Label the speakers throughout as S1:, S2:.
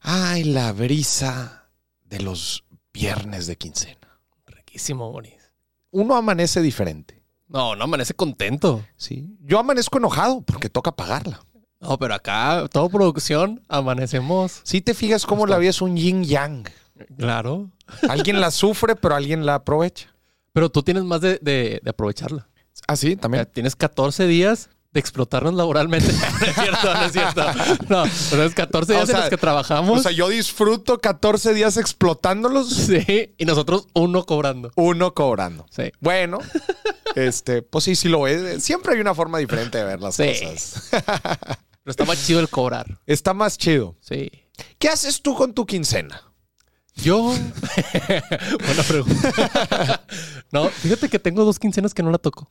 S1: Ay, la brisa de los viernes de quincena.
S2: Riquísimo, Boris.
S1: Uno amanece diferente.
S2: No, no amanece contento.
S1: Sí. Yo amanezco enojado porque toca pagarla.
S2: No, pero acá, todo producción, amanecemos.
S1: Si te fijas cómo la vida es un yin yang.
S2: Claro.
S1: Alguien la sufre, pero alguien la aprovecha.
S2: Pero tú tienes más de, de- de aprovecharla.
S1: Así
S2: O sea,
S1: Ah, también.
S2: tienes 14 días de explotarnos laboralmente. no es cierto, no es cierto. No, pero es 14
S1: O
S2: días en
S1: sea,
S2: los que trabajamos.
S1: O sea, yo disfruto 14 días explotándolos,
S2: sí, y nosotros uno cobrando.
S1: uno cobrando.
S2: Sí.
S1: Bueno, este, pues sí, sí lo es. Siempre hay una forma diferente de ver las
S2: Sí.
S1: cosas.
S2: Pero está más chido el cobrar.
S1: Está más chido.
S2: Sí.
S1: ¿Qué haces tú con tu quincena?
S2: Yo. Buena pregunta. no, fíjate que tengo dos quincenas que no la toco.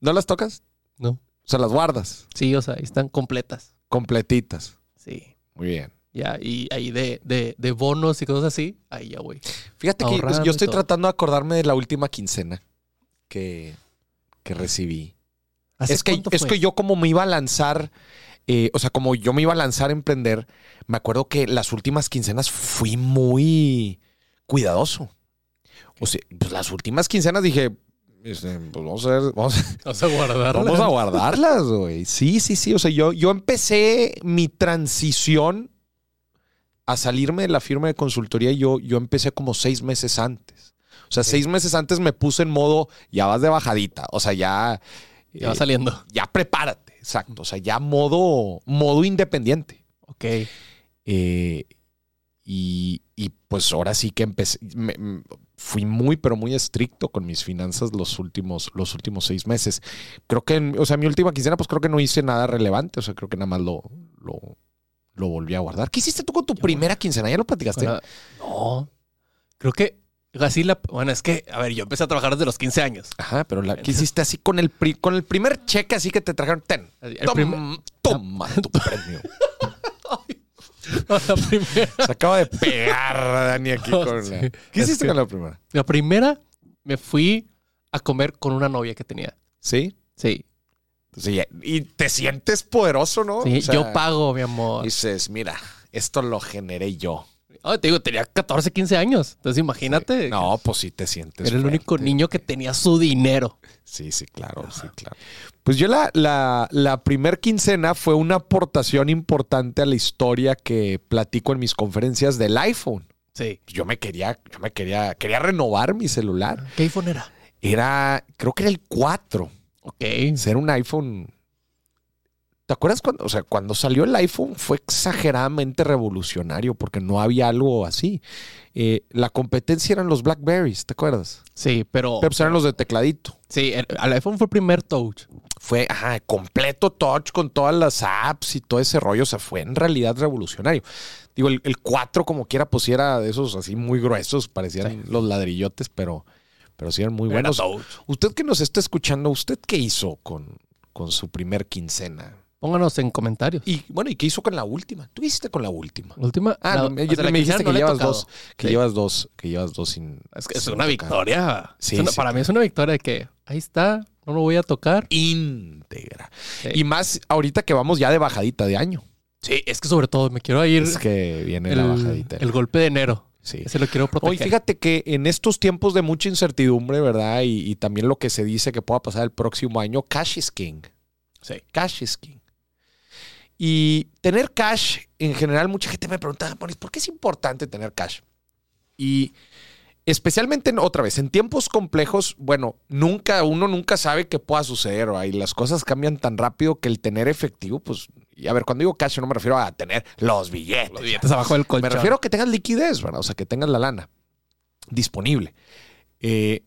S1: ¿No las tocas?
S2: No.
S1: O sea, las guardas
S2: Sí, o sea, ahí están completas.
S1: completitas.
S2: Sí.
S1: Muy bien.
S2: Ya, y ahí de, de, de bonos y cosas así, ahí ya voy.
S1: Fíjate que pues,
S2: Ahorrando
S1: yo
S2: y
S1: estoy
S2: todo.
S1: tratando de acordarme de la última quincena que, que recibí.
S2: ¿Hace
S1: Es que,
S2: cuánto
S1: es
S2: fue?
S1: que yo como me iba a lanzar, eh, o sea, como yo me iba a lanzar a emprender, me acuerdo que las últimas quincenas fui muy cuidadoso. O sea, pues las últimas quincenas dije, este, pues vamos a ver, vamos, a-
S2: Vamos a guardarla.
S1: vamos a guardarlas, güey. Sí, sí, sí. O sea, yo, yo empecé mi transición a salirme de la firma de consultoría. Yo, yo empecé como seis meses antes. O sea, seis meses antes me puse en modo, ya vas de bajadita. O sea, ya...
S2: Ya va
S1: eh,
S2: saliendo.
S1: ya prepárate, exacto. O sea, ya modo, modo independiente.
S2: Ok.
S1: Eh, y, y, pues ahora sí que empecé. me- m- fui muy, pero muy estricto con mis finanzas los últimos, los últimos seis meses. Creo que, en- o sea, mi última quincena, pues creo que no hice nada relevante. O sea, creo que nada más lo, lo, lo volví a guardar. ¿Qué hiciste tú con tu
S2: Ya,
S1: primera quincena? ¿Ya lo platicaste?
S2: Ahora- no. Creo que así la. Bueno, es que, a ver, yo empecé a trabajar desde los 15 años.
S1: Ajá, pero la, ¿qué hiciste así con el, pri- con el primer cheque así que te trajeron? Ten,
S2: El
S1: tom-
S2: primer-
S1: toma tu premio.
S2: La primera.
S1: Se acaba de pegar Dani aquí
S2: Oh,
S1: con la...
S2: sí.
S1: ¿Qué
S2: Es
S1: hiciste
S2: que-
S1: con la primera?
S2: La primera me fui a comer con una novia que tenía.
S1: ¿Sí?
S2: Sí.
S1: Entonces, ya- y te sientes poderoso, ¿no?
S2: Sí,
S1: O sea,
S2: yo pago, mi amor.
S1: Dices, mira, esto lo generé yo.
S2: Ay, te digo, tenía 14, 15 años. Entonces imagínate.
S1: No, pues sí te sientes.
S2: Era el
S1: fuerte.
S2: único niño que tenía su dinero.
S1: Sí, sí, claro, sí, claro. Pues yo la, la, la primer quincena fue una aportación importante a la historia que platico en mis conferencias del iPhone.
S2: Sí.
S1: Yo me quería, yo me quería, quería renovar mi celular.
S2: ¿Qué iPhone era?
S1: Era, creo que era el 4.
S2: Ok.
S1: ser un iPhone. ¿Te acuerdas cuando, o sea, cuando salió el iPhone fue exageradamente revolucionario porque no había algo así. Eh, la competencia eran los BlackBerries, ¿te acuerdas?
S2: Sí, pero.
S1: Pero pues eran los de tecladito.
S2: Sí, el, el iPhone fue el primer touch.
S1: Fue ajá, completo touch con todas las apps y todo ese rollo. O sea, fue en realidad revolucionario. Digo, el, el 4 como quiera, pues sí era de esos así muy gruesos, parecían
S2: Sí.
S1: los ladrillotes, pero, pero sí eran muy
S2: Era
S1: buenos.
S2: touch.
S1: Usted que nos está escuchando, ¿usted qué hizo con, con su primer quincena?
S2: Pónganos en comentarios.
S1: Y bueno, ¿y qué hizo con la última? ¿Tú hiciste con la última?
S2: Última.
S1: Ah,
S2: la-
S1: me,
S2: o sea, la
S1: me dijiste
S2: quinceava no
S1: que
S2: la he
S1: llevas
S2: tocado.
S1: dos, que
S2: Sí.
S1: llevas dos, que llevas dos sin.
S2: Es, que es
S1: sin
S2: una
S1: tocar.
S2: victoria.
S1: Sí,
S2: Es una-
S1: sí,
S2: para mí es una victoria de que ahí está, no lo voy a tocar.
S1: Íntegra.
S2: Sí.
S1: Y más ahorita que vamos ya de bajadita de año.
S2: Sí, es que sobre todo me quiero ir
S1: Es que viene
S2: el,
S1: la bajadita.
S2: el golpe de enero.
S1: Sí.
S2: Ese lo quiero proteger.
S1: Hoy fíjate que en estos tiempos de mucha incertidumbre, ¿verdad? Y, y también lo que se dice que pueda pasar el próximo año, cash is king.
S2: Sí.
S1: Cash is king. Y tener cash, en general, mucha gente me pregunta, "Boris, ¿por qué es importante tener cash? Y especialmente, en- otra vez, en tiempos complejos, bueno, nunca, uno nunca sabe qué pueda suceder, ¿verdad? y las cosas cambian tan rápido que el tener efectivo, pues, y a ver, cuando digo cash, no me refiero a tener los billetes.
S2: Los billetes abajo del colchón.
S1: Me refiero a que tengas liquidez, ¿verdad? O sea, que tengas la lana disponible. Eh,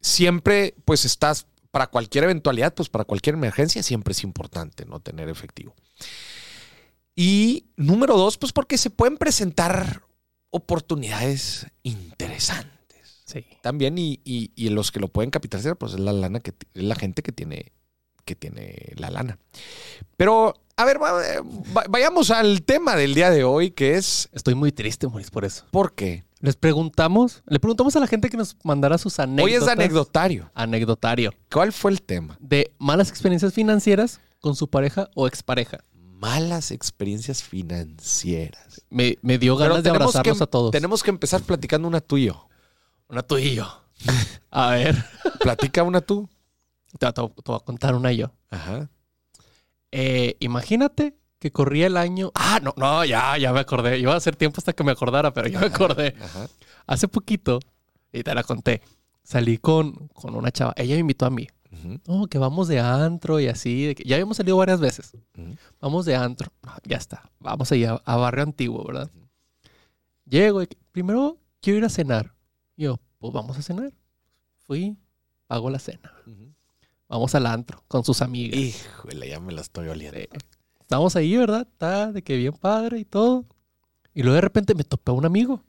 S1: siempre, pues, estás para cualquier eventualidad, pues para cualquier emergencia, siempre es importante no tener efectivo. Y número dos, pues porque se pueden presentar oportunidades interesantes
S2: Sí.
S1: también y, y- y los que lo pueden capitalizar, pues es la lana que t- es la gente que tiene que tiene la lana. Pero a ver, va- va- vayamos al tema del día de hoy, que es
S2: Estoy muy triste, Moris, por eso.
S1: ¿por qué?
S2: Les preguntamos, le preguntamos a la gente que nos mandara sus anécdotas.
S1: Hoy es de anecdotario.
S2: Anecdotario.
S1: ¿Cuál fue el tema?
S2: De malas experiencias financieras con su pareja o expareja.
S1: malas experiencias financieras.
S2: Me, me dio
S1: Pero
S2: ganas de
S1: tenemos
S2: abrazarlos
S1: que-
S2: a todos.
S1: Tenemos que empezar platicando una tú y yo.
S2: Una tú y yo. A ver,
S1: Platica una tú.
S2: te, te- te voy a contar una yo.
S1: Ajá.
S2: Eh, imagínate que corría el año. Ah, no, no, ya, ya me acordé. Iba a hacer tiempo hasta que me acordara, pero ya me acordé.
S1: Ajá.
S2: Hace poquito, y te la conté, salí con, con una chava. Ella me invitó a mí.
S1: Ujú,
S2: No, que vamos de antro y así. de que- Ya habíamos salido varias veces.
S1: ujú.
S2: Vamos de antro. No, ya está. Vamos allá a barrio antiguo, ¿verdad?
S1: Ujú.
S2: Llego y primero quiero ir a cenar. Yo, pues vamos a cenar. Fui, pago la cena.
S1: Ujú.
S2: Vamos al antro con sus amigas.
S1: Híjole, ya me la estoy oliendo.
S2: Eh, Estamos ahí, ¿verdad? Está de que bien padre y todo. Y luego de repente me topé a un amigo.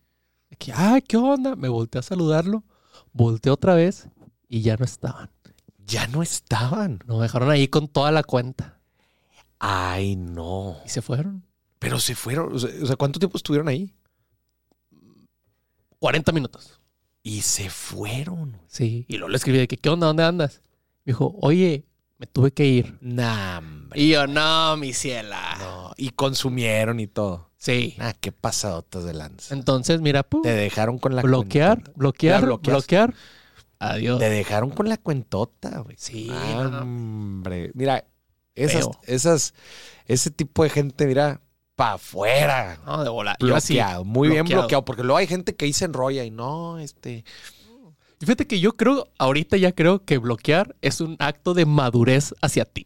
S2: De que, ah, ¿qué onda? Me volteé a saludarlo. Volteé otra vez y ya no estaban.
S1: Ya no estaban.
S2: Nos dejaron ahí con toda la cuenta.
S1: Ay, no.
S2: Y se fueron.
S1: Pero se fueron. O sea, o sea, ¿cuánto tiempo estuvieron ahí?
S2: 40 minutos.
S1: Y se fueron.
S2: Sí. Y luego le escribí de que, ¿qué onda? ¿Dónde andas? Me dijo, oye, me tuve que ir.
S1: Nah, hombre.
S2: Y yo, no, mi ciela.
S1: No, y consumieron y todo.
S2: Sí.
S1: Ah, qué pasadotas de lanza.
S2: Entonces, mira, pu,
S1: Te dejaron con la
S2: bloquear,
S1: cuentota.
S2: bloquear,
S1: Ya bloqueaste.
S2: bloquear. Adiós.
S1: Te dejaron con la cuentota, güey.
S2: Sí,
S1: Ah,
S2: no.
S1: hombre. Mira, esas,
S2: Feo.
S1: esas, ese tipo de gente, mira, pa' afuera.
S2: No, de volar. Yo así.
S1: Bloqueado, muy bien
S2: bloqueado.
S1: bloqueado, porque luego hay gente que ahí se enrolla y no, este.
S2: Fíjate que yo creo, ahorita ya creo que bloquear es un acto de madurez hacia ti.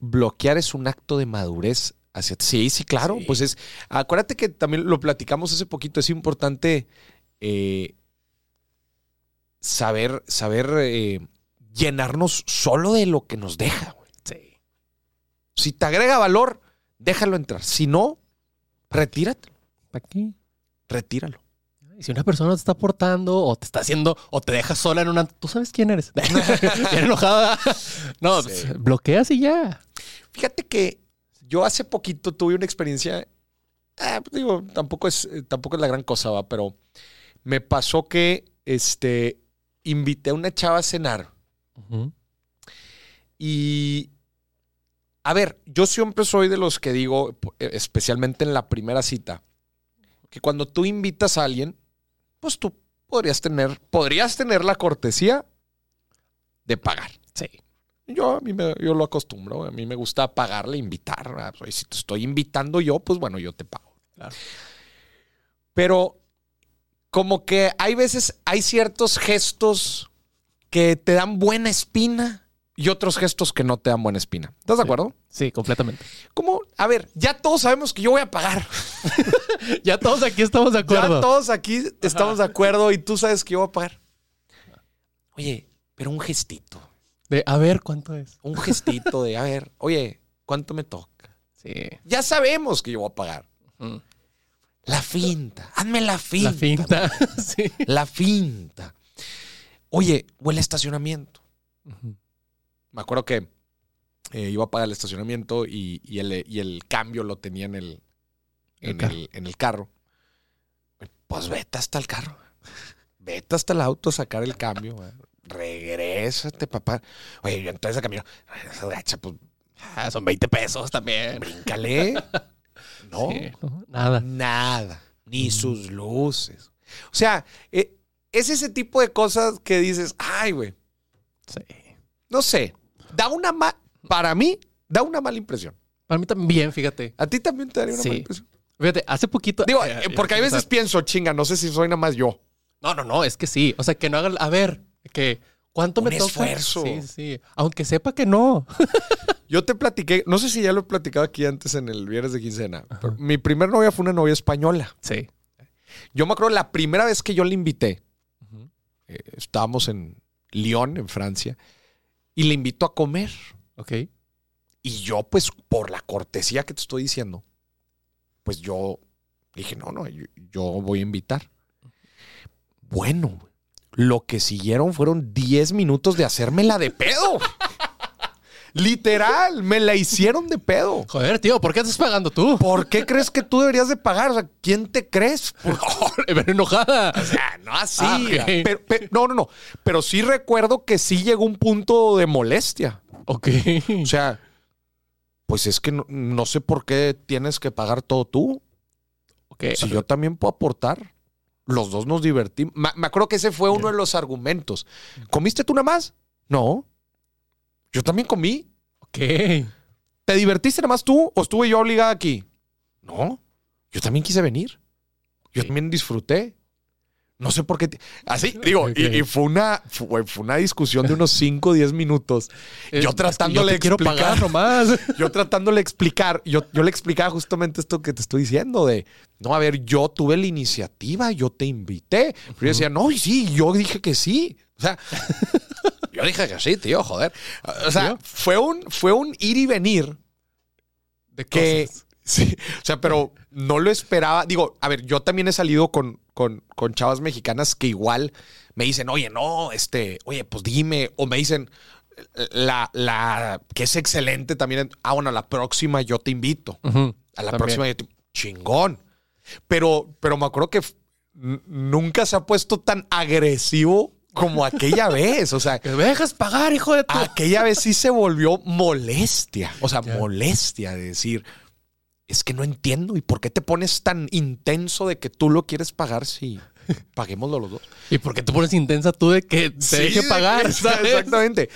S1: Bloquear es un acto de madurez hacia Sí, sí, claro.
S2: Sí.
S1: Pues es. Acuérdate que también lo platicamos hace poquito, es importante eh, saber, saber eh, llenarnos solo de lo que nos deja. güey.
S2: Sí.
S1: Si te agrega valor, déjalo entrar. Si no, retírate.
S2: ¿Para qué?
S1: retíralo.
S2: Y si una persona te está portando o te está haciendo o te deja sola en una... ¿Tú sabes quién eres? Bien enojada. No,
S1: Sí.
S2: pues, bloqueas y ya.
S1: Fíjate que yo hace poquito tuve una experiencia, ah, pues digo, tampoco es, eh, tampoco es la gran cosa, va, pero me pasó que este, invité a una chava a cenar y, a ver, yo siempre soy de los que digo, eh, especialmente en la primera cita, que cuando tú invitas a alguien, pues tú podrías tener, podrías tener la cortesía de pagar.
S2: Sí.
S1: Yo, a mí me- yo lo acostumbro, a mí me gusta pagarle, invitar. ¿verdad? Pues, Si te estoy invitando yo, pues bueno, yo te pago.
S2: Claro.
S1: Pero como que hay veces, hay ciertos gestos que te dan buena espina y otros gestos que no te dan buena espina. ¿Estás de
S2: Sí.
S1: acuerdo?
S2: Sí, completamente.
S1: Como, a ver, ya todos sabemos que yo voy a pagar.
S2: Ya todos aquí estamos de
S1: Ya
S2: acuerdo.
S1: todos aquí estamos de acuerdo y tú sabes que yo voy a pagar. Oye, pero un gestito,
S2: De, a ver, ¿cuánto es?
S1: un gestito de, a ver, oye, ¿cuánto me toca?
S2: Sí.
S1: Ya sabemos que yo voy a pagar.
S2: Mm.
S1: La finta. Hazme la finta.
S2: La finta. sí.
S1: La finta. Oye, huele a estacionamiento. Me acuerdo que eh, iba a pagar el estacionamiento y, y el, y el cambio lo tenía en el,
S2: El
S1: en,
S2: carro.
S1: el, en el carro. Pues vete hasta el carro. Vete hasta el auto a sacar el cambio. güey. Regrésate, papá. Oye, yo entonces camino. "Ay, esa gacha, pues
S2: Ah, son 20 pesos también.
S1: bríncale. No.
S2: Sí, Mm. no, Nada.
S1: Nada, ni sus luces. O sea, eh, es ese tipo de cosas que dices, ay, güey,
S2: Sí.
S1: no sé, da una ma- para mí, da una mala impresión.
S2: Para mí también, fíjate.
S1: A ti también te daría una
S2: Sí.
S1: mala impresión.
S2: Fíjate, hace poquito.
S1: Digo,
S2: Eh,
S1: eh, porque a veces pienso, chinga, no sé si soy nada más yo.
S2: No, no, no, es que sí. O sea, que no hagan. A ver, que. ¿Cuánto
S1: Un
S2: me toca?
S1: esfuerzo.
S2: Sí, sí. Aunque sepa que no.
S1: Yo te platiqué, no sé si ya lo he platicado aquí antes en el viernes de quincena, pero mi primer novia fue una novia española.
S2: Sí.
S1: Yo me acuerdo la primera vez que yo la invité, eh, estábamos en Lyon, en Francia, y la invito a comer.
S2: Ok.
S1: Y yo, pues, por la cortesía que te estoy diciendo, pues yo dije, no, no, yo, yo voy a invitar. Bueno, lo que siguieron fueron 10 minutos de hacérmela de pedo. Literal, me la hicieron de pedo.
S2: Joder, tío, ¿por qué estás pagando tú?
S1: ¿Por qué crees que tú deberías de pagar? O sea, ¿quién te crees? Por-
S2: Pero enojada.
S1: o sea, no así.
S2: Ah, ok.
S1: pero- pero- no, no, no. Pero sí recuerdo que sí llegó un punto de molestia.
S2: Ok.
S1: O sea, pues es que no, no sé por qué tienes que pagar todo tú.
S2: Ok.
S1: Si yo también puedo aportar. Los dos nos divertimos. Ma- Me, acuerdo que ese fue uno de los argumentos. ¿Comiste tú nada más? No. Yo también comí.
S2: Ok.
S1: ¿Te divertiste nada más tú o estuve yo obligada aquí? No. Yo también quise venir. Yo
S2: Ok.
S1: también disfruté. No sé por qué. te- Así, digo, y-
S2: Ok.
S1: y, fue, una, fue, fue una discusión de unos 5 o 10 minutos.
S2: Eh,
S1: Yo
S2: es que
S1: tratándole
S2: te
S1: de
S2: quiero
S1: explicar.
S2: pagar nomás.
S1: Yo tratándole de explicar, yo, yo le explicaba justamente esto que te estoy diciendo de, no, a ver, yo tuve la iniciativa, yo te invité. Pero yo decía, no, y sí, yo dije que sí. O sea, yo dije que sí, tío, joder. O sea,
S2: ¿Tío?
S1: fue un, fue un ir y venir
S2: De
S1: que...
S2: cosas.
S1: Sí, o sea, pero no lo esperaba. Digo, a ver, yo también he salido con, con, con chavas mexicanas que igual me dicen, oye, no, este, oye, pues dime. O me dicen, la, la, que es excelente también. Ah, bueno, a la próxima yo te invito.
S2: Ujú,
S1: A la
S2: también.
S1: próxima yo te Chingón. Pero, pero me acuerdo que f- n- nunca se ha puesto tan agresivo como aquella vez. O sea,
S2: Que me dejas pagar, hijo de tu.
S1: aquella vez sí se volvió molestia. O sea,
S2: Ya.
S1: molestia de decir, es que no entiendo. ¿Y por qué te pones tan intenso de que tú lo quieres pagar si paguémoslo los dos?
S2: ¿Y por qué te pones intensa tú de que te
S1: Sí,
S2: deje
S1: de-
S2: pagar? ¿sabes?
S1: Exactamente.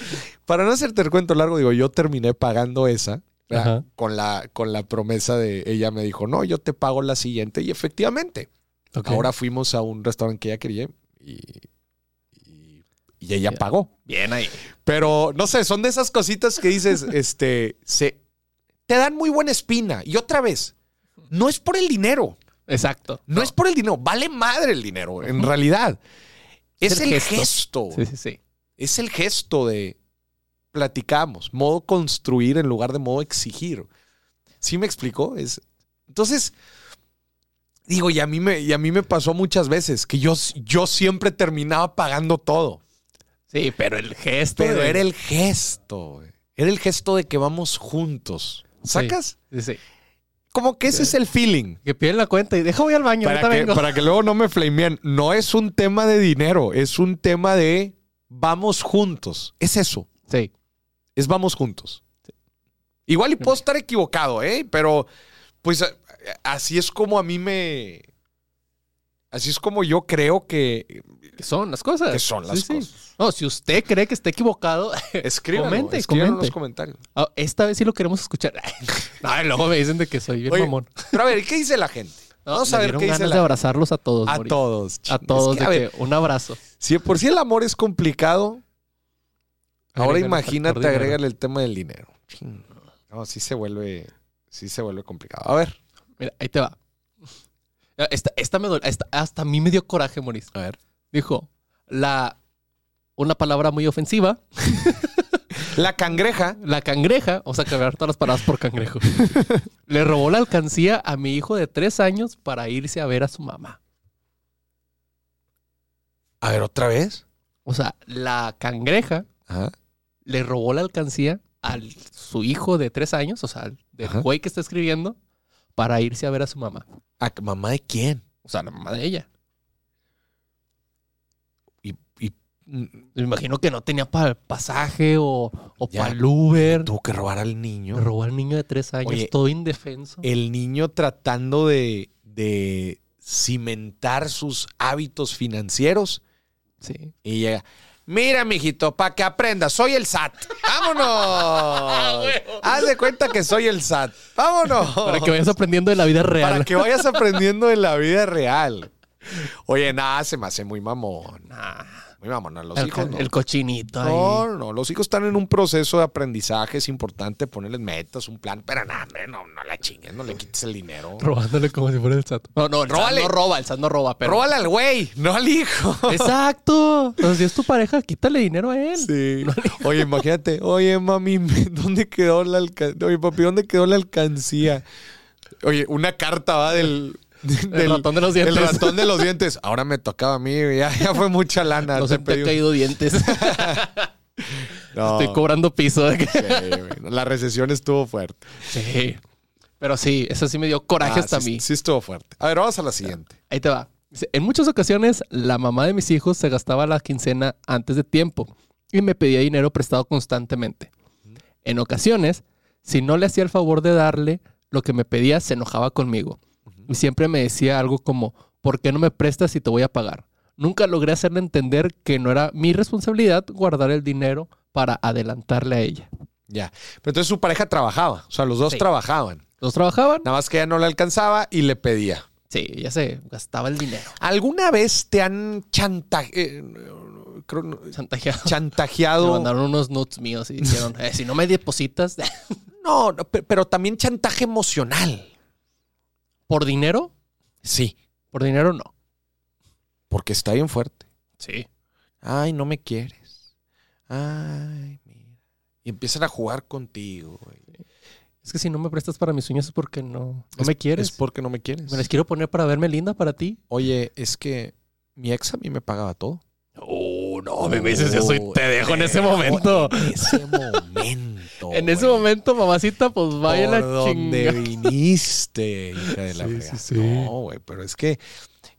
S1: Para no hacerte el cuento largo, digo, yo terminé pagando esa. ¿verdad?
S2: Ajá.
S1: Con la, con la promesa de ella me dijo, no, yo te pago la siguiente. Y efectivamente,
S2: Ok.
S1: ahora fuimos a un restaurante que ella quería y, y- y ella
S2: Ya.
S1: pagó.
S2: Bien ahí.
S1: Pero no sé, son de esas cositas que dices, este, se te dan muy buena espina. Y otra vez, no es por el dinero,
S2: Exacto.
S1: no, es por el dinero, vale madre el dinero, en realidad. Es, el,
S2: el
S1: gesto.
S2: gesto. Sí, sí, sí.
S1: Es el gesto de platicamos, modo construir en lugar de modo exigir. ¿Sí me explicó? Es, entonces, digo, y a mí me, y a mí me pasó muchas veces que yo, yo siempre terminaba pagando todo.
S2: Sí, pero el gesto.
S1: Pero
S2: de-
S1: era el gesto, güey. era el gesto de que vamos juntos. ¿Sacas?
S2: Sí, sí.
S1: Como que ese es el feeling.
S2: Que piden la cuenta y deja voy al baño.
S1: Para
S2: ahorita
S1: que,
S2: vengo.
S1: para que luego no me flameen. No es un tema de dinero, es un tema de vamos juntos. Es eso,
S2: Sí.
S1: es vamos juntos. Igual y puedo estar equivocado, ¿eh? Pero pues a- así es como a mí me... Así es como yo creo que...
S2: Que son las cosas.
S1: Que son las
S2: Sí, sí.
S1: cosas.
S2: No, si usted cree que está equivocado,
S1: Escríbanlo,
S2: Comente,
S1: escríbanlo en
S2: comente.
S1: los comentarios.
S2: ah, esta vez sí lo queremos escuchar. No, y luego me dicen de que soy bien
S1: Oye,
S2: mamón.
S1: Pero a ver, ¿qué dice la gente?
S2: No,
S1: Vamos
S2: me
S1: a ver
S2: dieron
S1: qué dice
S2: ganas
S1: la
S2: de abrazarlos a todos.
S1: A
S2: Mori.
S1: todos.
S2: A
S1: ching.
S2: todos.
S1: Es que, a
S2: de
S1: ver,
S2: que un abrazo.
S1: si de por sí el amor es complicado, ahora
S2: Agrégale
S1: imagínate
S2: factor dinero.
S1: agregarle el tema del dinero. Ching. No, sí se vuelve, sí se vuelve complicado. A ver.
S2: Mira, ahí te va. Ah, Esta, esta me dolió. Esta- hasta a mí me dio coraje, Moris.
S1: A ver.
S2: Dijo, la, una palabra muy ofensiva,
S1: La cangreja.
S2: la cangreja, vamos a cambiar todas las palabras por cangrejo, le robó la alcancía a mi hijo de tres años para irse a ver a su mamá.
S1: A ver, otra vez.
S2: O sea, la cangreja
S1: Ajá.
S2: le robó la alcancía a su hijo de tres años, o sea, al- del
S1: Ajá.
S2: güey que está escribiendo, para irse a ver a su mamá.
S1: ¿A mamá de quién?
S2: O sea, la mamá de ella.
S1: Y, y, mm,
S2: Me imagino que no tenía para pasaje o, o
S1: Ya.
S2: para el Uber.
S1: tuvo que robar al niño.
S2: Le robó al niño de tres años,
S1: Oye.
S2: todo indefenso.
S1: El niño tratando de, de cimentar sus hábitos financieros
S2: Sí.
S1: Y llega. Mira, mijito, para que aprendas, soy el SAT. ¡Vámonos! Haz de cuenta que soy el SAT. ¡Vámonos!
S2: Ah, Para que vayas aprendiendo de la vida real.
S1: Para que vayas aprendiendo de la vida real. Oye, nada, se me hace muy mamón.
S2: Nah,
S1: Muy mamón. a Los
S2: el,
S1: hijos
S2: co-
S1: no.
S2: el cochinito ahí.
S1: No, no, los hijos están en un proceso de aprendizaje, es importante ponerles metas, un plan, pero nada, hombre, no, no la chingues, no le quites el dinero.
S2: Robándole como si fuera el SAT. No, no, el
S1: Róbale.
S2: SAT no roba, el SAT no roba, pero.
S1: Róbale al güey, no al hijo.
S2: Exacto. Entonces, si es tu pareja, quítale dinero a él.
S1: Sí. Oye, imagínate. Oye, mami, ¿dónde quedó la alcancía? Oye, papi, ¿dónde quedó la alcancía? Oye, una carta va del...
S2: El ratón de los dientes.
S1: El ratón de los dientes. Ahora me tocaba a mí. Ya, ya fue mucha lana.
S2: No
S1: te
S2: se te
S1: pedí
S2: ha
S1: un-
S2: caído dientes.
S1: No,
S2: Estoy cobrando piso.
S1: sí, güey. la recesión estuvo fuerte.
S2: Sí. Pero sí, eso sí me dio coraje
S1: Ah,
S2: hasta
S1: sí,
S2: a mí.
S1: Sí estuvo fuerte. A ver, vamos a la siguiente.
S2: Ahí te va. Dice, En muchas ocasiones, la mamá de mis hijos se gastaba la quincena antes de tiempo y me pedía dinero prestado constantemente. En ocasiones, Si no le hacía el favor de darle lo que me pedía, se enojaba conmigo. Y siempre me decía algo como, ¿por qué no me prestas si te voy a pagar? Nunca logré hacerle entender que no era mi responsabilidad guardar el dinero para adelantarle a ella.
S1: Ya. Pero entonces su pareja trabajaba. O sea, los dos
S2: Sí.
S1: trabajaban.
S2: ¿Los trabajaban?
S1: Nada más que ella no le alcanzaba y le pedía.
S2: Sí, ya se gastaba el dinero.
S1: ¿Alguna vez te han chantaje, eh, creo-
S2: Chantajeado. Me
S1: chantajeado?
S2: mandaron unos nudes míos y dijeron, "Eh, si no me depositas
S1: No, no, pe- pero también chantaje emocional.
S2: por dinero,
S1: Sí,
S2: por dinero no.
S1: porque está bien fuerte.
S2: Sí.
S1: Ay, no me quieres. Ay, mira. Y empiezan a jugar contigo. güey.
S2: Es que si no me prestas para mis sueños es porque no, no
S1: Es-
S2: me quieres.
S1: Es porque no me quieres.
S2: Me las quiero poner para verme linda para ti.
S1: Oye, es que mi ex a mí me pagaba todo.
S2: Oh, no,
S1: Oh,
S2: me dices eso y te dejo en ese momento.
S1: En ese momento.
S2: En ese
S1: güey.
S2: momento, mamacita, pues vaya
S1: Por
S2: la
S1: donde
S2: chingada.
S1: viniste, hija de la
S2: Sí, sí,
S1: fregada.
S2: sí.
S1: No, güey, pero es que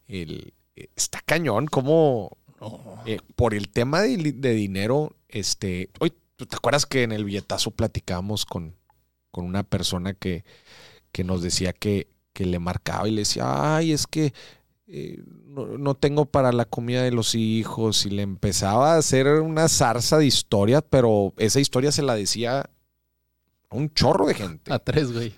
S1: el, eh, está cañón como eh, por el tema de, li- de dinero, este, hoy, ¿tú te acuerdas que en el billetazo platicábamos con, con una persona que, que nos decía que, que le marcaba y le decía, ay, es que eh, no, no tengo para la comida de los hijos y le empezaba a hacer una zarza de historias, pero esa historia se la decía a un chorro de gente.
S2: A tres, güey.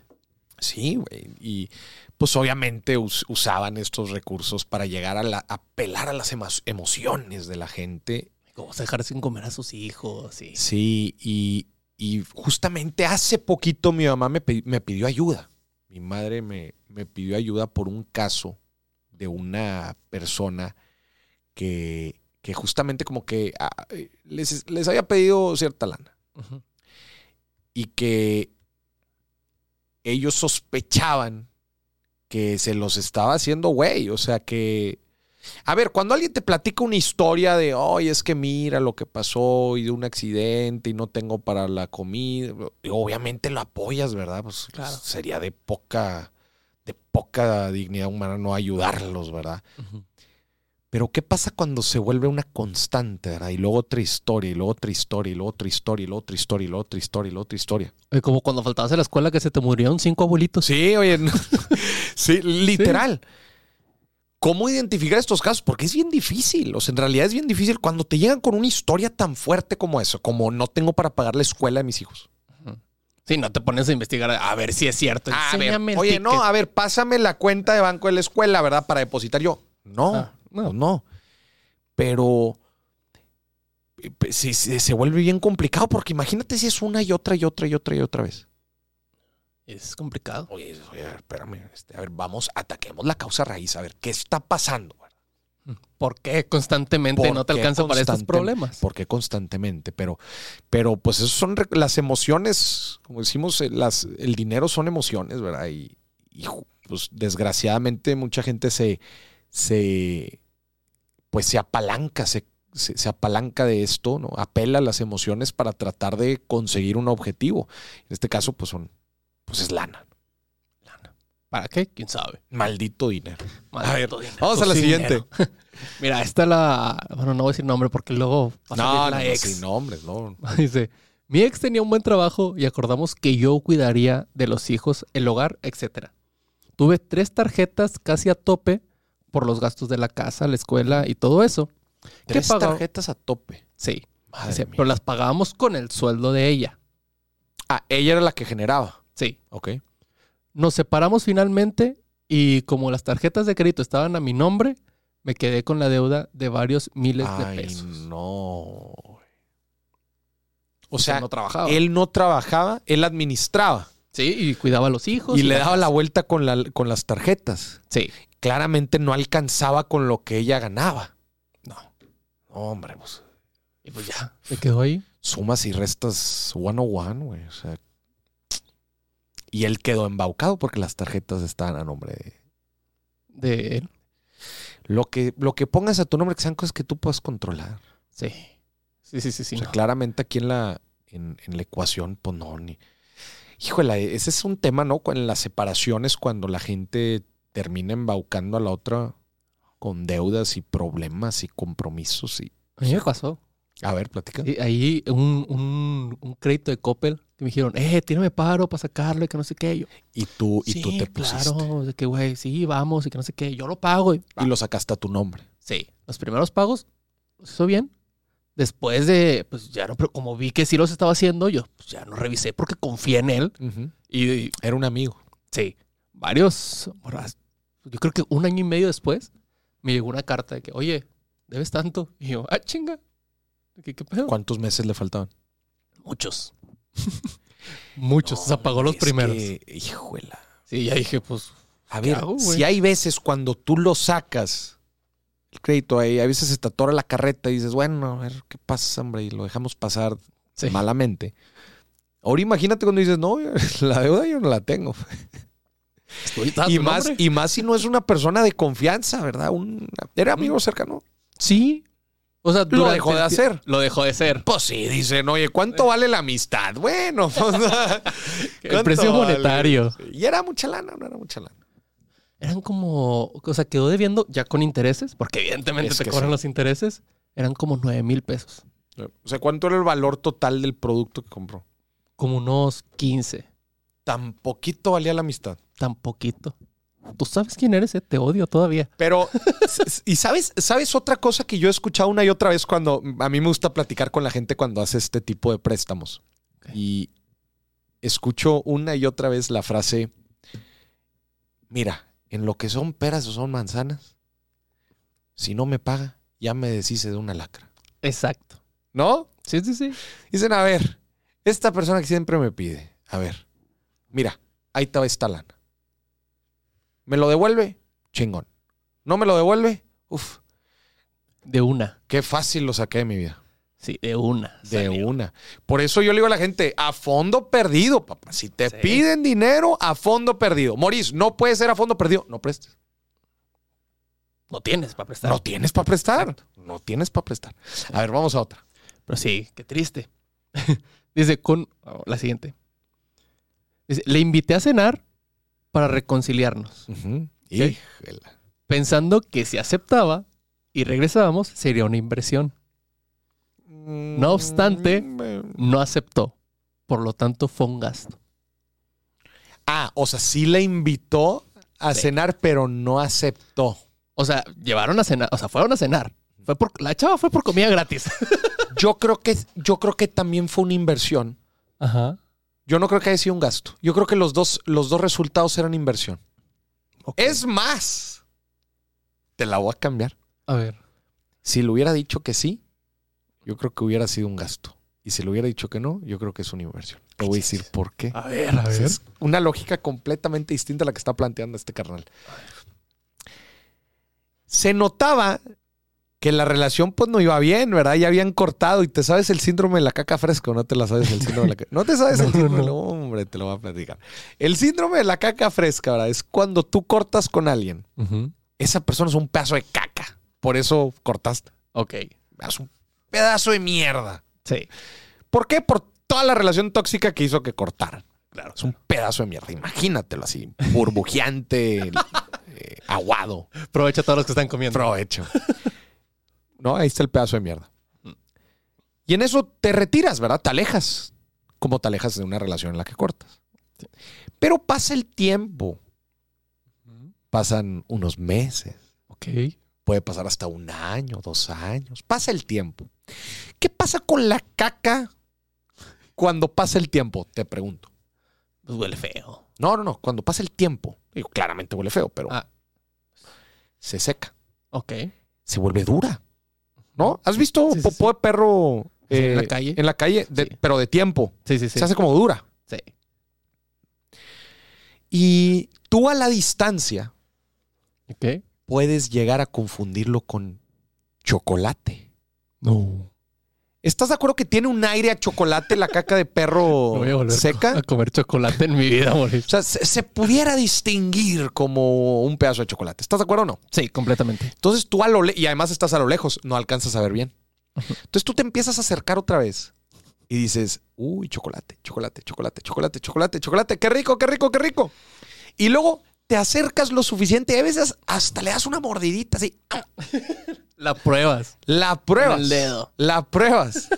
S1: Sí, güey. Y pues obviamente us- usaban estos recursos para llegar a, la, a apelar a las emo- emociones de la gente.
S2: ¿Cómo vas a dejar sin comer a sus hijos? Sí.
S1: Sí, y, y justamente hace poquito mi mamá me, pi- me pidió ayuda. Mi madre me, me pidió ayuda por un caso de una persona que, que justamente como que ah, eh, les, les había pedido cierta lana.
S2: Ujú.
S1: y que ellos sospechaban que se los estaba haciendo güey. O sea que. A ver, cuando alguien te platica una historia de, oye, es que mira lo que pasó y de un accidente y no tengo para la comida, y obviamente lo apoyas, ¿verdad? Pues
S2: Claro.
S1: sería de poca, de poca dignidad humana no ayudarlos, ¿verdad?
S2: Ujú.
S1: Pero ¿qué pasa cuando se vuelve una constante, ¿verdad? Y luego otra historia, y luego otra historia, y luego otra historia, y luego otra historia, y luego otra historia, y luego otra historia.
S2: Oye, Eh, Como cuando faltabas a la escuela que se te murieron cinco abuelitos.
S1: Sí, oye, no. sí, literal. ¿Cómo identificar estos casos? Porque es bien difícil. O sea, en realidad es bien difícil cuando te llegan con una historia tan fuerte como eso, como no tengo para pagar la escuela de mis hijos.
S2: Sí, no te pones a investigar a ver si es cierto.
S1: Ah, A ver,
S2: Ah, Enséñame el
S1: oye,
S2: ticket.
S1: no, a ver, pásame la cuenta de banco de la escuela, ¿verdad? Para depositar yo. No,
S2: Ah,
S1: no,
S2: no.
S1: no. Pero eh, pues, sí, sí, se vuelve bien complicado porque imagínate si es una y otra y otra y otra y otra vez.
S2: Es complicado.
S1: Oye, oye, a ver, espérame, este, a ver, vamos, ataquemos la causa raíz, a ver, ¿qué está pasando? verdad?
S2: ¿Por qué constantemente
S1: ¿Por
S2: no te
S1: qué
S2: alcanza para estos
S1: constante-
S2: problemas?
S1: ¿Por qué constantemente? Pero, pero pues esas son re- las emociones, como decimos, eh, las, el dinero son emociones, ¿verdad? Y, y, ju- pues desgraciadamente mucha gente se, se, pues se apalanca, se, se- se apalanca de esto, ¿no? Apela a las emociones para tratar de conseguir un objetivo. En este caso, pues son, pues es lana,
S2: ¿Para qué? ¿Quién sabe?
S1: maldito dinero.
S2: Maldito dinero.
S1: Vamos a la
S2: Sí,
S1: siguiente.
S2: dinero. Mira, esta la... Bueno, no voy a decir nombre porque luego va a salir la ex.
S1: sin nombres, no.
S2: Dice, mi ex tenía un buen trabajo y acordamos que yo cuidaría de los hijos, el hogar, etc. Tuve tres tarjetas casi a tope por los gastos de la casa, la escuela y todo eso. ¿Qué
S1: Tres
S2: pagaba?
S1: tarjetas a tope.
S2: Sí,
S1: Madre
S2: dice,
S1: mía.
S2: pero las pagábamos con el sueldo de ella.
S1: Ah, ella era la que generaba.
S2: Sí.
S1: Ok.
S2: Nos separamos finalmente y como las tarjetas de crédito estaban a mi nombre, me quedé con la deuda de varios miles de
S1: Ay,
S2: pesos.
S1: no. O
S2: O sea,
S1: sea,
S2: no trabajaba.
S1: él no trabajaba, él administraba
S2: Sí, y cuidaba a los hijos.
S1: y le
S2: la
S1: daba
S2: casa.
S1: la vuelta con, la- con las tarjetas.
S2: Sí.
S1: Claramente no alcanzaba con lo que ella ganaba. No. Hombre, pues
S2: Y pues ya, se quedó ahí.
S1: sumas y restas 101, güey. O sea. Y él quedó embaucado porque las tarjetas estaban a nombre de,
S2: De él.
S1: Lo que, lo que pongas a tu nombre, que sean cosas que tú puedas controlar.
S2: Sí. Sí, sí, sí, sí.
S1: o sea,
S2: no.
S1: claramente aquí en la, en, en la ecuación, pues no, ni. Híjole, ese es un tema, ¿no? Cu- En las separaciones, cuando la gente termina embaucando a la otra con deudas y problemas y compromisos. Y
S2: A mí me pasó.
S1: A ver, platica.
S2: Y ahí un, un, un crédito de Coppel que me dijeron, eh, tírame paro para sacarlo y que no sé qué. Yo,
S1: Y tú, y tú
S2: "Sí,
S1: te pusiste.
S2: Claro, de que, güey, sí, vamos y que no sé qué. Yo lo pago. Y,
S1: Y lo sacaste a tu nombre.
S2: Sí, los primeros pagos los hizo bien. Después de, pues ya no, pero como vi que sí los estaba haciendo, yo pues, ya no revisé porque confié en él. Y, y
S1: Era un amigo.
S2: sí, varios, bueno, as- yo creo que un año y medio después, me llegó una carta de que, oye, debes tanto. Y yo, ah, chinga. ¿Qué, qué pedo?
S1: ¿Cuántos meses le faltaban?
S2: Muchos. Muchos. o sea,
S1: No,
S2: pagó los
S1: es
S2: primeros.
S1: que, híjola.
S2: Sí, ya dije, pues,
S1: A ver,
S2: hago, güey?
S1: si hay veces cuando tú lo sacas, el crédito ahí, a veces se te atora la carreta y dices, bueno, a ver qué pasa, hombre, y lo dejamos pasar
S2: sí.
S1: malamente. Ahora imagínate cuando dices, no, la deuda yo no la tengo.
S2: Estoy- estaba
S1: Y
S2: tu
S1: más,
S2: nombre.
S1: y más si no es una persona de confianza, ¿verdad? Un, era amigo cercano.
S2: Sí. O sea,
S1: Lo dejó
S2: durante-
S1: de hacer.
S2: Lo dejó de ser.
S1: Pues sí, dicen, oye, ¿cuánto vale la amistad? Bueno, pues,
S2: El
S1: ¿cuánto
S2: precio
S1: vale?
S2: monetario.
S1: Y era mucha lana, o no era mucha lana.
S2: Eran como, o sea, quedó debiendo ya con intereses, porque evidentemente
S1: Es
S2: te
S1: que
S2: cobran
S1: sí.
S2: los intereses. Eran como 9 mil pesos,
S1: O sea, ¿cuánto era el valor total del producto que compró?
S2: como unos 15,
S1: Tan poquito valía la amistad.
S2: tan poquito. Tú sabes quién eres, eh? te odio todavía.
S1: Pero, s- s- y sabes, sabes otra cosa que yo he escuchado una y otra vez cuando a mí me gusta platicar con la gente cuando hace este tipo de préstamos.
S2: Ok.
S1: Y escucho una y otra vez la frase: Mira, en lo que son peras o son manzanas, si no me paga, ya me deshice de una lacra.
S2: Exacto.
S1: ¿No?
S2: Sí, sí, sí.
S1: Dicen, a ver, esta persona que siempre me pide, a ver, mira, ahí te va esta lana. ¿Me lo devuelve? Chingón. ¿No me lo devuelve? Uf,
S2: De una.
S1: qué fácil lo saqué de mi vida.
S2: Sí, de una.
S1: De
S2: Salió.
S1: una. Por eso yo le digo a la gente, a fondo perdido, papá. Si te
S2: Sí.
S1: piden dinero, a fondo perdido. Morís, no puede ser a fondo perdido. No prestes.
S2: No tienes para prestar.
S1: No tienes para prestar. No tienes para prestar. A ver, vamos a otra.
S2: Pero sí, qué triste. Dice con oh, la siguiente. Dice, le invité a cenar para reconciliarnos,
S1: Ujú. Híjela.
S2: pensando que si aceptaba y regresábamos sería una inversión. Mm,
S1: No
S2: obstante, No aceptó. Por lo tanto, fue un gasto.
S1: Ah, o sea, sí la invitó a
S2: Sí.
S1: cenar, pero no aceptó.
S2: O sea, llevaron a cenar, o sea, fueron a cenar. Fue por, la chava fue por comida gratis.
S1: Yo creo que, yo creo que también fue una inversión.
S2: Ajá.
S1: Yo no creo que haya sido un gasto. Yo creo que los dos, los dos resultados eran inversión.
S2: Es.
S1: Es más, te la voy a cambiar.
S2: A ver.
S1: Si le hubiera dicho que sí, yo creo que hubiera sido un gasto. Y si le hubiera dicho que no, yo creo que es una inversión. Te voy a decir por qué.
S2: A ver, a
S1: Es una lógica completamente distinta a la que está planteando este carnal. Se notaba que la relación pues no iba bien, ¿verdad? Ya habían cortado y te sabes el síndrome de la caca fresca, ¿o no te la sabes el síndrome de la caca. No te sabes el
S2: No,
S1: síndrome,
S2: no.
S1: hombre, te lo voy a platicar. El síndrome de la caca fresca, ¿verdad? Es cuando tú cortas con alguien. Esa persona es un pedazo de caca. Por eso cortaste.
S2: Ok.
S1: Es un pedazo de mierda.
S2: Sí.
S1: ¿Por qué? Por toda la relación tóxica que hizo que cortaran. Claro, es un pedazo de mierda. Imagínatelo así, burbujeante, eh, aguado,
S2: Aprovecha a todos los que están comiendo.
S1: provecho. No, ahí está el pedazo de mierda. Y en eso te retiras, ¿verdad? Te alejas, como te alejas de una relación en la que cortas. Pero pasa el tiempo, pasan unos meses,
S2: Ok.
S1: puede pasar hasta un año, dos años, pasa el tiempo. ¿Qué pasa con la caca cuando pasa el tiempo? Te pregunto.
S2: Pues huele feo.
S1: No, no, no. Cuando pasa el tiempo, digo, claramente huele feo, pero
S2: Ah.
S1: se seca,
S2: Ok.
S1: se vuelve dura. ¿No? ¿Has visto
S2: Sí, sí,
S1: popó de perro
S2: Sí, en
S1: eh,
S2: la calle.
S1: En la calle, de-
S2: Sí.
S1: pero de tiempo.
S2: Sí, sí, sí.
S1: Se hace como dura.
S2: Sí.
S1: Y tú a la distancia
S2: Ok.
S1: puedes llegar a confundirlo con chocolate.
S2: No.
S1: ¿Estás de acuerdo que tiene un aire a chocolate la caca de perro
S2: No voy a volver
S1: seca?
S2: a comer chocolate en mi vida, Mauricio.
S1: O sea, se, se pudiera distinguir como un pedazo de chocolate. ¿Estás de acuerdo o no?
S2: Sí, completamente.
S1: Entonces tú a lo le- y además estás a lo lejos, no alcanzas a ver bien. Entonces tú te empiezas a acercar otra vez y dices, uy, chocolate, chocolate, chocolate, chocolate, chocolate, chocolate, qué rico, qué rico, qué rico. Y luego te acercas lo suficiente y a veces hasta le das una mordidita así.
S2: La pruebas.
S1: ¡ah! La pruebas.
S2: Con el dedo.
S1: La pruebas.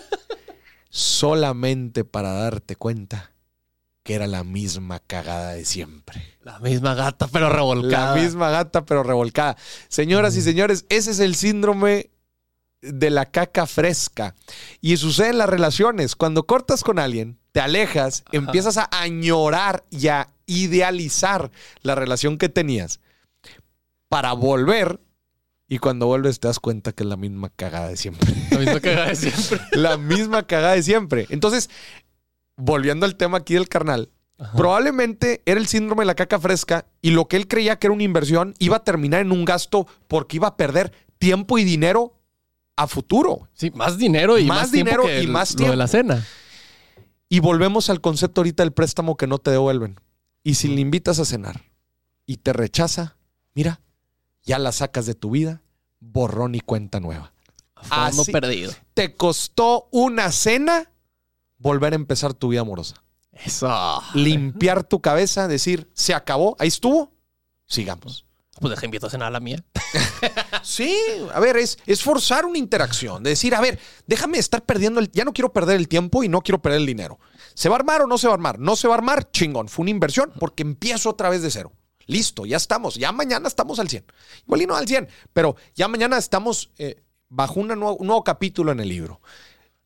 S1: Solamente para darte cuenta que era la misma cagada de siempre.
S2: La misma gata, pero revolcada.
S1: La misma gata, pero revolcada. Señoras y señores, ese es el síndrome de la caca fresca. Y sucede en las relaciones. Cuando cortas con alguien, te alejas, empiezas a añorar y a idealizar la relación que tenías para volver. Y cuando vuelves, te das cuenta que es la misma cagada de siempre.
S2: La misma cagada de siempre.
S1: la misma cagada de siempre. Entonces, volviendo al tema aquí del carnal, Probablemente era el síndrome de la caca fresca y lo que él creía que era una inversión iba a terminar en un gasto porque iba a perder tiempo y dinero a futuro.
S2: Sí, más dinero y
S1: Más
S2: más,
S1: dinero
S2: tiempo que
S1: y
S2: el-
S1: más
S2: Lo de la cena.
S1: Y volvemos al concepto ahorita del préstamo que no te devuelven. Y si le invitas a cenar y te rechaza, mira, ya la sacas de tu vida, borrón y cuenta nueva.
S2: A fondo
S1: Así-
S2: perdido.
S1: Te costó una cena volver a empezar tu vida amorosa.
S2: Eso.
S1: Limpiar tu cabeza, decir, se acabó, ahí estuvo, sigamos.
S2: Pues deja invito a cenar a la mía.
S1: Sí, a ver, es, es forzar una interacción, de decir, a ver, déjame estar perdiendo el, ya no quiero perder el tiempo y no quiero perder el dinero. ¿Se va a armar o no se va a armar? No se va a armar, chingón, fue una inversión porque empiezo otra vez de cero. Listo, ya estamos, ya mañana estamos al 100. Igual y no al 100, pero ya mañana estamos eh, bajo una nuevo- un nuevo capítulo en el libro.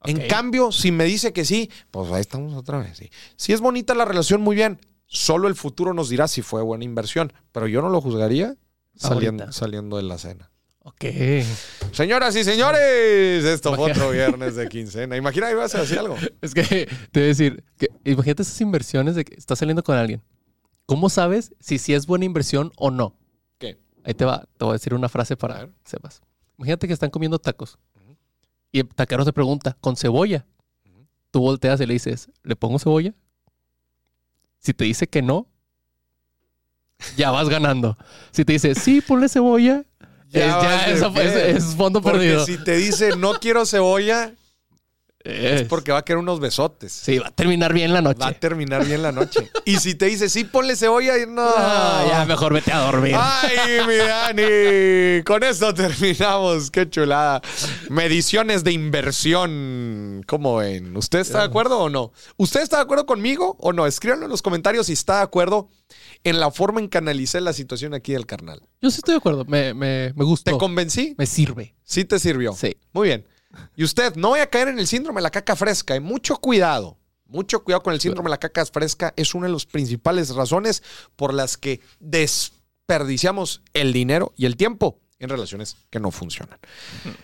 S1: En
S2: Ok.
S1: cambio, si me dice que sí, pues ahí estamos otra vez. sí. Si es bonita la relación, muy bien. Solo el futuro nos dirá si fue buena inversión, pero yo no lo juzgaría saliendo,
S2: Ahorita.
S1: saliendo de la cena.
S2: Ok.
S1: Señoras y señores, esto fue
S2: Imagina-
S1: otro viernes de quincena. Imagina que ibas a decir algo.
S2: Es que te voy a decir, que, imagínate esas inversiones de que estás saliendo con alguien. ¿Cómo sabes si sí es buena inversión o no?
S1: ¿Qué?
S2: Ahí te va, te voy a decir una frase
S1: A
S2: para
S1: ver.
S2: que sepas. Imagínate que están comiendo tacos. Y el taquero te pregunta, ¿con cebolla? Tú volteas y le dices, ¿le pongo cebolla? Si te dice que no, ya vas ganando. Si te dice, sí, ponle cebolla,
S1: Ya
S2: es,
S1: vas
S2: ya
S1: de
S2: eso fue- es,
S1: bien.
S2: es fondo
S1: Porque
S2: perdido.
S1: si te dice no quiero cebolla,
S2: Es-
S1: porque va a querer unos besotes.
S2: Sí, va a terminar bien la noche.
S1: Va a terminar bien la noche. Y si te dice sí, ponle cebolla, y no.
S2: Ah, ya, mejor vete a dormir.
S1: Ah, Ay, mi Dani. Con esto terminamos. Qué chulada. Mediciones de inversión. ¿Cómo ven? ¿Usted está de acuerdo o no? ¿Usted está de acuerdo conmigo o no? Escríbanlo en los comentarios si está de acuerdo en la forma en que analicé la situación aquí del carnal.
S2: Yo sí estoy de acuerdo. Me, me, me
S1: ¿Te
S2: gustó.
S1: convencí?
S2: Me sirve.
S1: Sí te sirvió.
S2: Sí.
S1: Muy bien. Y usted, no voy a caer en el síndrome de la caca fresca. Y mucho cuidado. Mucho cuidado con el síndrome de la caca fresca. Es una de las principales razones por las que desperdiciamos el dinero y el tiempo en relaciones que no funcionan.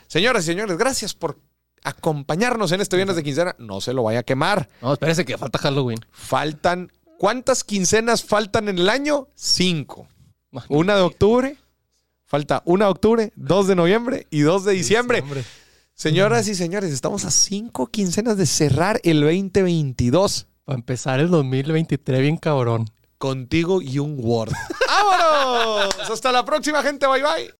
S1: Señoras y señores, gracias por acompañarnos en este viernes de quincena. No se lo vaya a quemar.
S2: No, espérese que falta Halloween.
S1: Faltan. ¿Cuántas quincenas faltan en el año? Cinco. Una de octubre. Falta una de octubre, dos de noviembre y dos de diciembre. Señoras y señores, estamos a cinco quincenas de cerrar el 2022
S2: Para empezar el 2023 bien cabrón.
S1: contigo y un Word. ¡Vámonos! Hasta la próxima, gente. Bye bye.